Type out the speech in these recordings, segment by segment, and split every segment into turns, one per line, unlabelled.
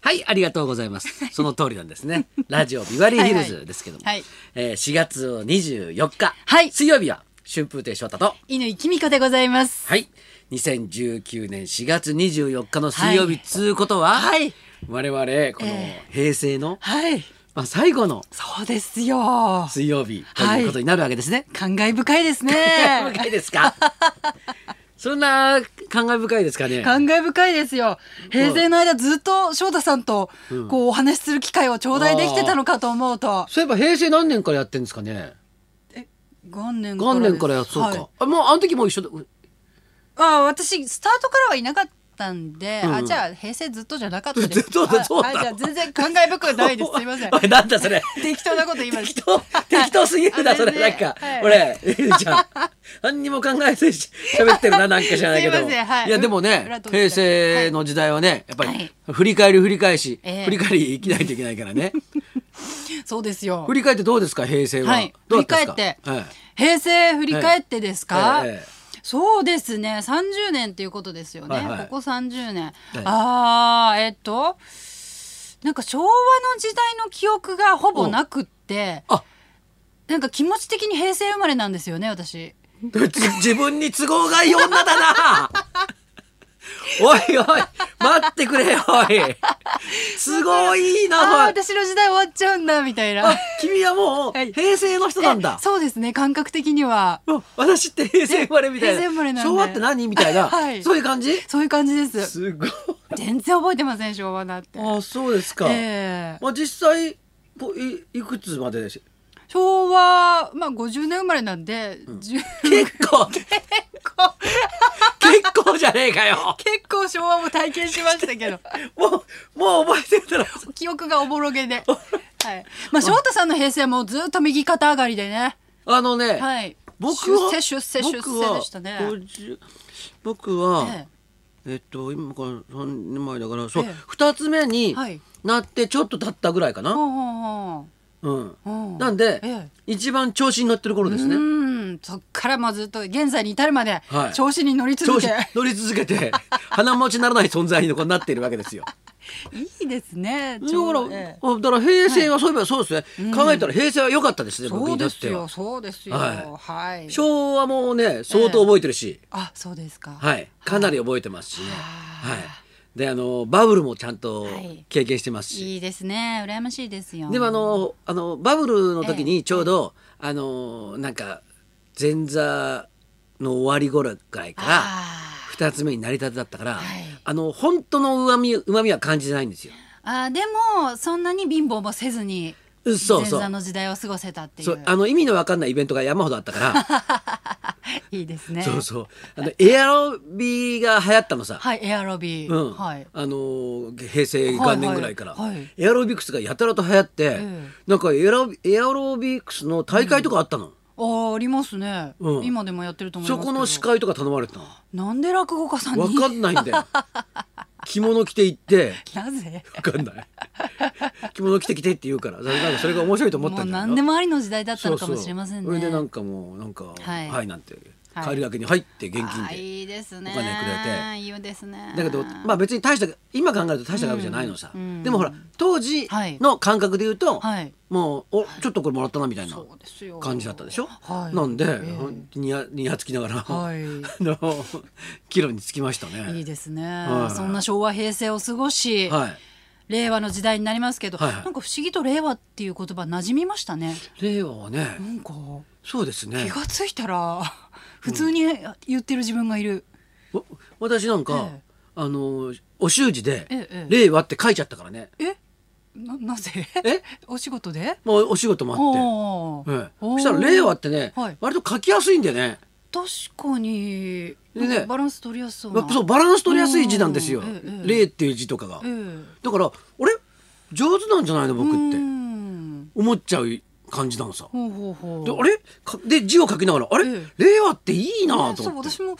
はいありがとうございますその通りなんですねラジオビバリーヒルズですけども
はいはい
えー4月24日、
はい
水曜日は春風亭昇太と
乾きみかでございます。
はい2019年4月24日の水曜
は
日
い
つうことは、
はい
我々この
え
平成の、
はい、
まあ、最後の
そうですよ。
水曜日と
はい
いうことになるわけですね。
感慨深いです
感慨。
ね
深いですか そんな感慨深いですかね
感慨深いですよ。平成の間ずっと翔太さんとこうお話しする機会を頂戴できてたのかと思うと、
そういえば平成何年からやってんですかね
元年から
元
です
年からやそうか、
はい
あもうあの時も一緒だ
あ私スタートからはいなかったんで、
うん
あじゃあ平成ずっとじゃなかったで
ず
す。
っとだそうだ
はいはいじゃあ全然感慨深く
。
ないです。すいません
おいなんだそれ
適当なこと言いまし
適
た。
当適当すぎるな
あ
それ
全
な
然
んか、
はい
俺ゆりちゃん何にも考えずにし喋ってるななんか知らないけど
すいませんはい
やでも
裏
ね
通って
平成の時代はねやっぱり、
はい
振り返り振り返し、
ええ
振り返り生きないといけないからね
そうですよ
振。り返ってどうですか平成は、
はい。
ど
振
う
り
だ
返
た
っ
んで
て
すかはい、
平成振り返ってですか
えええ。
そうですね。30年っていうことですよね。
はいはい
ここ30年。
はい
ああ、えっと、なんか昭和の時代の記憶がほぼなくって、
あ
なんか気持ち的に平成生まれなんですよね、私。
つ自分に都合がいい女だなおいおい待ってくれよお い都合いい
ああ
なおい
ー、私の時代終わっちゃうんだみたい
あ
な。
君はもう
はい
平成の人なんだ
えそうですね。感覚的には
あ私って平成生まれみたい
平成生まれ
な
なん
昭
で
和って何みたいな
はい
そういう感じ
そういう感じです。
すごい
全然覚えてません昭和なんて。
あそうですか
ええ
まあ実際こいいくつまででし
昭和まあ50年生まれなんで、10
結 構結
結構
構じゃねえかよ
結構昭和も体験しましたけど
もうもう覚えてたら
記憶がおぼろ げで、はい、まあ翔太さんの平成はもうずっと右肩上がりでね
あのね、
はい
僕は
出世出世出世でしたね
僕は50僕は、
え
えっと今から3年前だからそう、
ええ
2つ目に
はい
なってちょっと経ったぐらいか
えほ
な、
うほ
うん
うほう
なんで、
ええ
一番調子に乗ってる頃です
う
ね
んそっからもうずっと現在に至るまで
はい
調子に乗り
調
続
子
け、
乗り続けて 鼻持ちならない存在にこうなっているわけです よ
い、 いですね
だから
調ええ
あだから平成はそういえばそうですね、考えたら平成は良かったですね僕
そう
にと
で
っ
す
て
よ
は
そうですよ
は
はい、
昭和もね相当覚えてるし、
あそうですか
はい、かなり覚えてますしね。
は
はいい、であのバブルもちゃんと
はい
経験してますし、
いいですね羨ましいですよ
でもあのあのバブルの時にちょうど、あのなんか前座の終わり頃ぐらいから
あ
2つ目になりたてだったから、
はい
あの本当のうまみうまみは感じてないんですよ。
ーあーでもそんなに貧乏もせずに
うんそうそ
前座
う
の時代を過ごせたっていう
そうあの意味のわかんないイベントが山ほどあった から
いいですね
そうそうあのエアロビが流行ったのさ、
はいエアロビー、
うん
はい
あのー平成元年ぐらいから、
はいはい
エアロビクスがやたらと流行って、
え
なんかエアロエアロビクスの大会とかあったの、
あーありますね、
うん
今でもやってると思いま
そ
すけど
この司会とか頼まれてたの
なんで落語家さん
わ
に
かんないんだ よ着物着て行って
なぜ
わかんない着物着てきてって言うからなんかそれが面白いと思っ
も
た
うん
だ
何で
も
もありの時代だったのかもしれませんね
それでなんかもうなんか「は
はいい」
なんて
はい
帰りがけに入って現金
あー
で、
いいですね
お金くれ
いいですね
だけどまあ別に大した今考えると大した額じゃないのさ、
うんうん
でもほら当時の感覚で言うと、
はい
もうおちょっとこれもらったなみたいな
そうですよ
感じだったでしょ、
はい
なんで、
ええ
にやにやつきながら、
は
あのキロにつきましたね
いいいですね、
はい
そんな昭和平成を過ごし、
はい
令和の時代になりますけど、
はいはい
なんか不思議と令和っていう言葉馴染みましたね
令和はね、
なんか
そうです
気
ね
がついたら普通に言ってる自分がいる、
わ私なんか、
ええ
あのお習字で、
ええ
令和って書いちゃったからね
えななぜ
え
お仕事で
もうお仕事もあ
お
って、ええ
ーお
そ
ー
したら令和ってね、
はい
割と書きやすいんだよね
確かに
でね
なんかバランス取りやすそう
やっ
な
ぱそうバランス取りやすい字なんですよ、
うんええええ
令っていう字とかが、
ええ
だから俺上手なんじゃないの僕って
うん
思っちゃう感じなのさ、
ほうほうほう
であれかで字を書きながらあれ、
え
令和っていいなと
そう
思って、
私も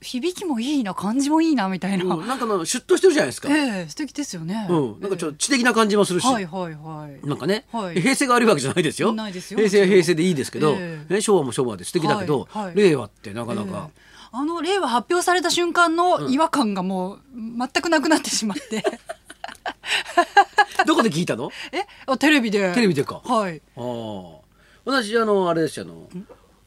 響きもいいな感じもいいなみたいな、
うんなんかのシュッとしてるじゃないですか、
ええ素敵ですよね、
うん、なんかちょっと知的な感じもするし、
はいはいはい
なんかね、
はい
平成が悪いわけじゃないですよ
ないですよ
平成は平成でいいですけど、
ええ
ね、昭和も昭和で素敵だけど、
はいはい
令和ってなかなか
え、えあの令和発表された瞬間の違和感がもう全くなくなってしまって、
どこで聞いたの
えあテレビで
テレビでかあ
はい
あ私あのあれですよあの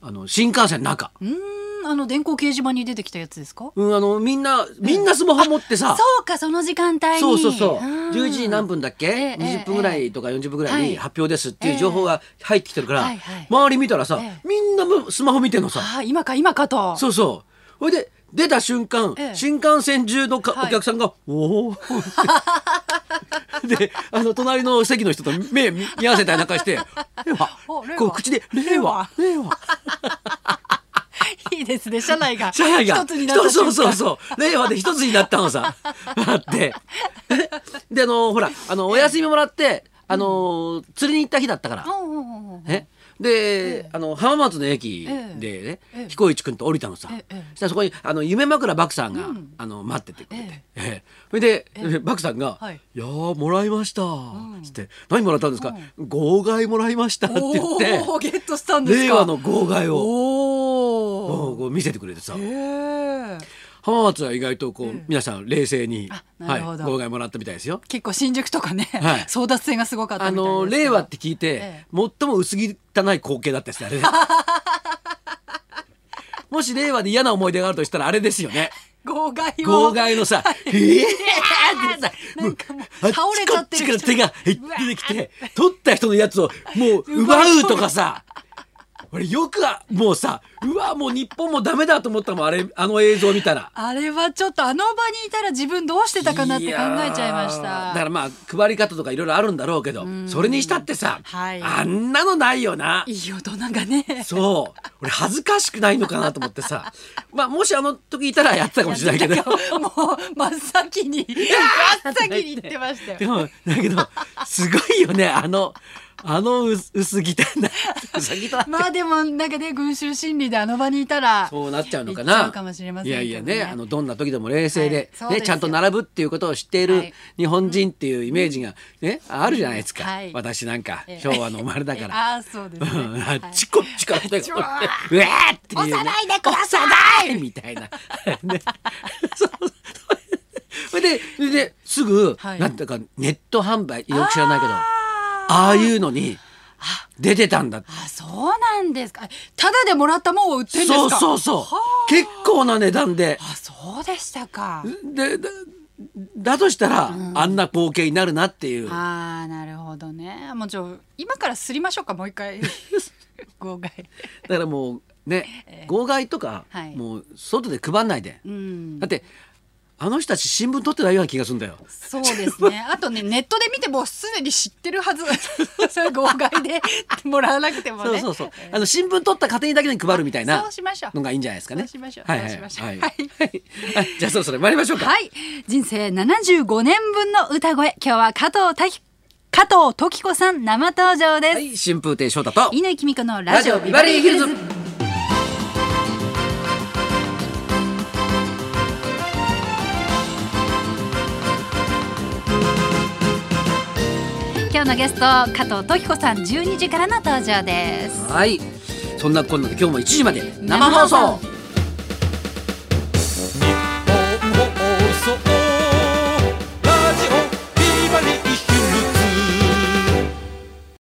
あの新幹線の中
うーんあの電光掲示板に出てきたやつですか
うんあのみんなみんなスマホ持ってさ、
そうかその時間帯に
そうそうそう
あー
11時何分だっけ、
ええ
20分ぐらいとか40分ぐらい
は
に
い
発表ですっていう情報が入ってきてるから、
はいはい
周り見たらさ、
ええ
みんなもスマホ見てんのさ、
あー今か今かと
そうそうほいで出た瞬間、
ええ
新幹線中のか、
はい
お客さんが「おお」 であの隣の席の人と目見合わせたりなんかして「令和
お令」和
こう口で「令和」「令和」
いいですね社 内が
社内が
一つになった瞬
そう
間
そうそう令和で一つになったのさあってであのほらあのお休みもらってあの釣りに行った日だったから、
うんうんうんうん
ねで、あの浜松の駅でね、
ええ
彦一君と降りたのさ、
ええ
そしたらそこにあの夢枕漠さんが、
うん
あの待っててくれて、ええ
え
それで、漠さんが「
はい
いやーもらいました」つって「何もらったんですか号外もらいました」って言
お
って
ーゲットしたんですか
令和の号外を
お
こう
お
こう見せてくれてさ。
へえ
浜松は意外とこう、
ん
皆さん冷静に
あ、な
はい、
るほど
号外もらったみたいですよ。
結構新宿とかね、
はい
争奪戦がすごかった
あ
みたいです
の
けど
令和って聞いて、
ええ
最も薄汚い光景だったですね あれねもし令和で嫌な思い出があるとしたらあれですよ ね
号外を
号外のさ「え えー!」ってさ
なんかもう
あっち
倒れちゃって
こ
る
っちから手が出てきて取った人のやつをもう奪うとかさ俺よくあもうさうわもう日本もダメだと思ったもんあれあの映像見たら。
あれはちょっとあの場にいたら自分どうしてたかなって考えちゃいまし
やー
た
だからまあ配り方とかいろいろあるんだろうけどそれにしたってさ、
はい
あんなのないよない
い大人がね
そう俺恥ずかしくないのかなと思って さまあもしあの時いたらやってたかもしれないけど
もう真っ先に真っ先に言ってましたよ
でもだけどすごいよねあのあの薄薄汚い薄汚い
まあでもなんかね群衆心理であの場にいたら
そうなっちゃうのか
言っち
な。
ゃうかもしれませんけどね
いやいやね、あのどんな時でも冷静
はい
で、
そうで
ね、
すよ
ちゃんと並ぶっていうことを知ってい
は
る
い
日本人っていうイメージがね、あるじゃないですか。
はい
私なんか
ええ
昭和の生まれだか ら。
ああそうですね、
うん
は
あ
い
っちこっちから手が
ちょわ
うわーっていう、ね、
押さないでください
押さないみたいな。ね、そうそれでそれですぐ、
はい
なんていうかネット販売よく知らないけどあ
あ
あいうのに出てたんだって
あそうなんですかただでもらったもんを売ってんですか
そうそうそう結構な値段で
あそうでしたか
でだだとしたら、あんな光景になるなっていう
ああなるほどねもうちょ今からすりましょうかもう 一回号外
だからもうね号外とか、
はい
もう外で配んないで、
うん
だってあの人たち新聞取ってないような気がするんだよ。
そうですね。 あとね、ネットで見てもすでに知ってるはず。 それ号外で もらわなくても
そう
ね。
そうそう
えー
あの新聞取った家庭にだけに配るみたいな
そうしましょう
のがいいんじゃないですかね。
そうしましょう
はいはい
そう
はい
しましょ う
はい
は
はいじゃあそろそろ参りましょうか。
はい。人生75年分の歌声。今日は加藤滝、加藤時子さん生登場です。
はい春風亭昇太と
乾きみこのラジオビバリーヒルズ。今日のゲスト加藤時子さん12時からの登場です。
はいそんなこんなで今日も1時まで生放送。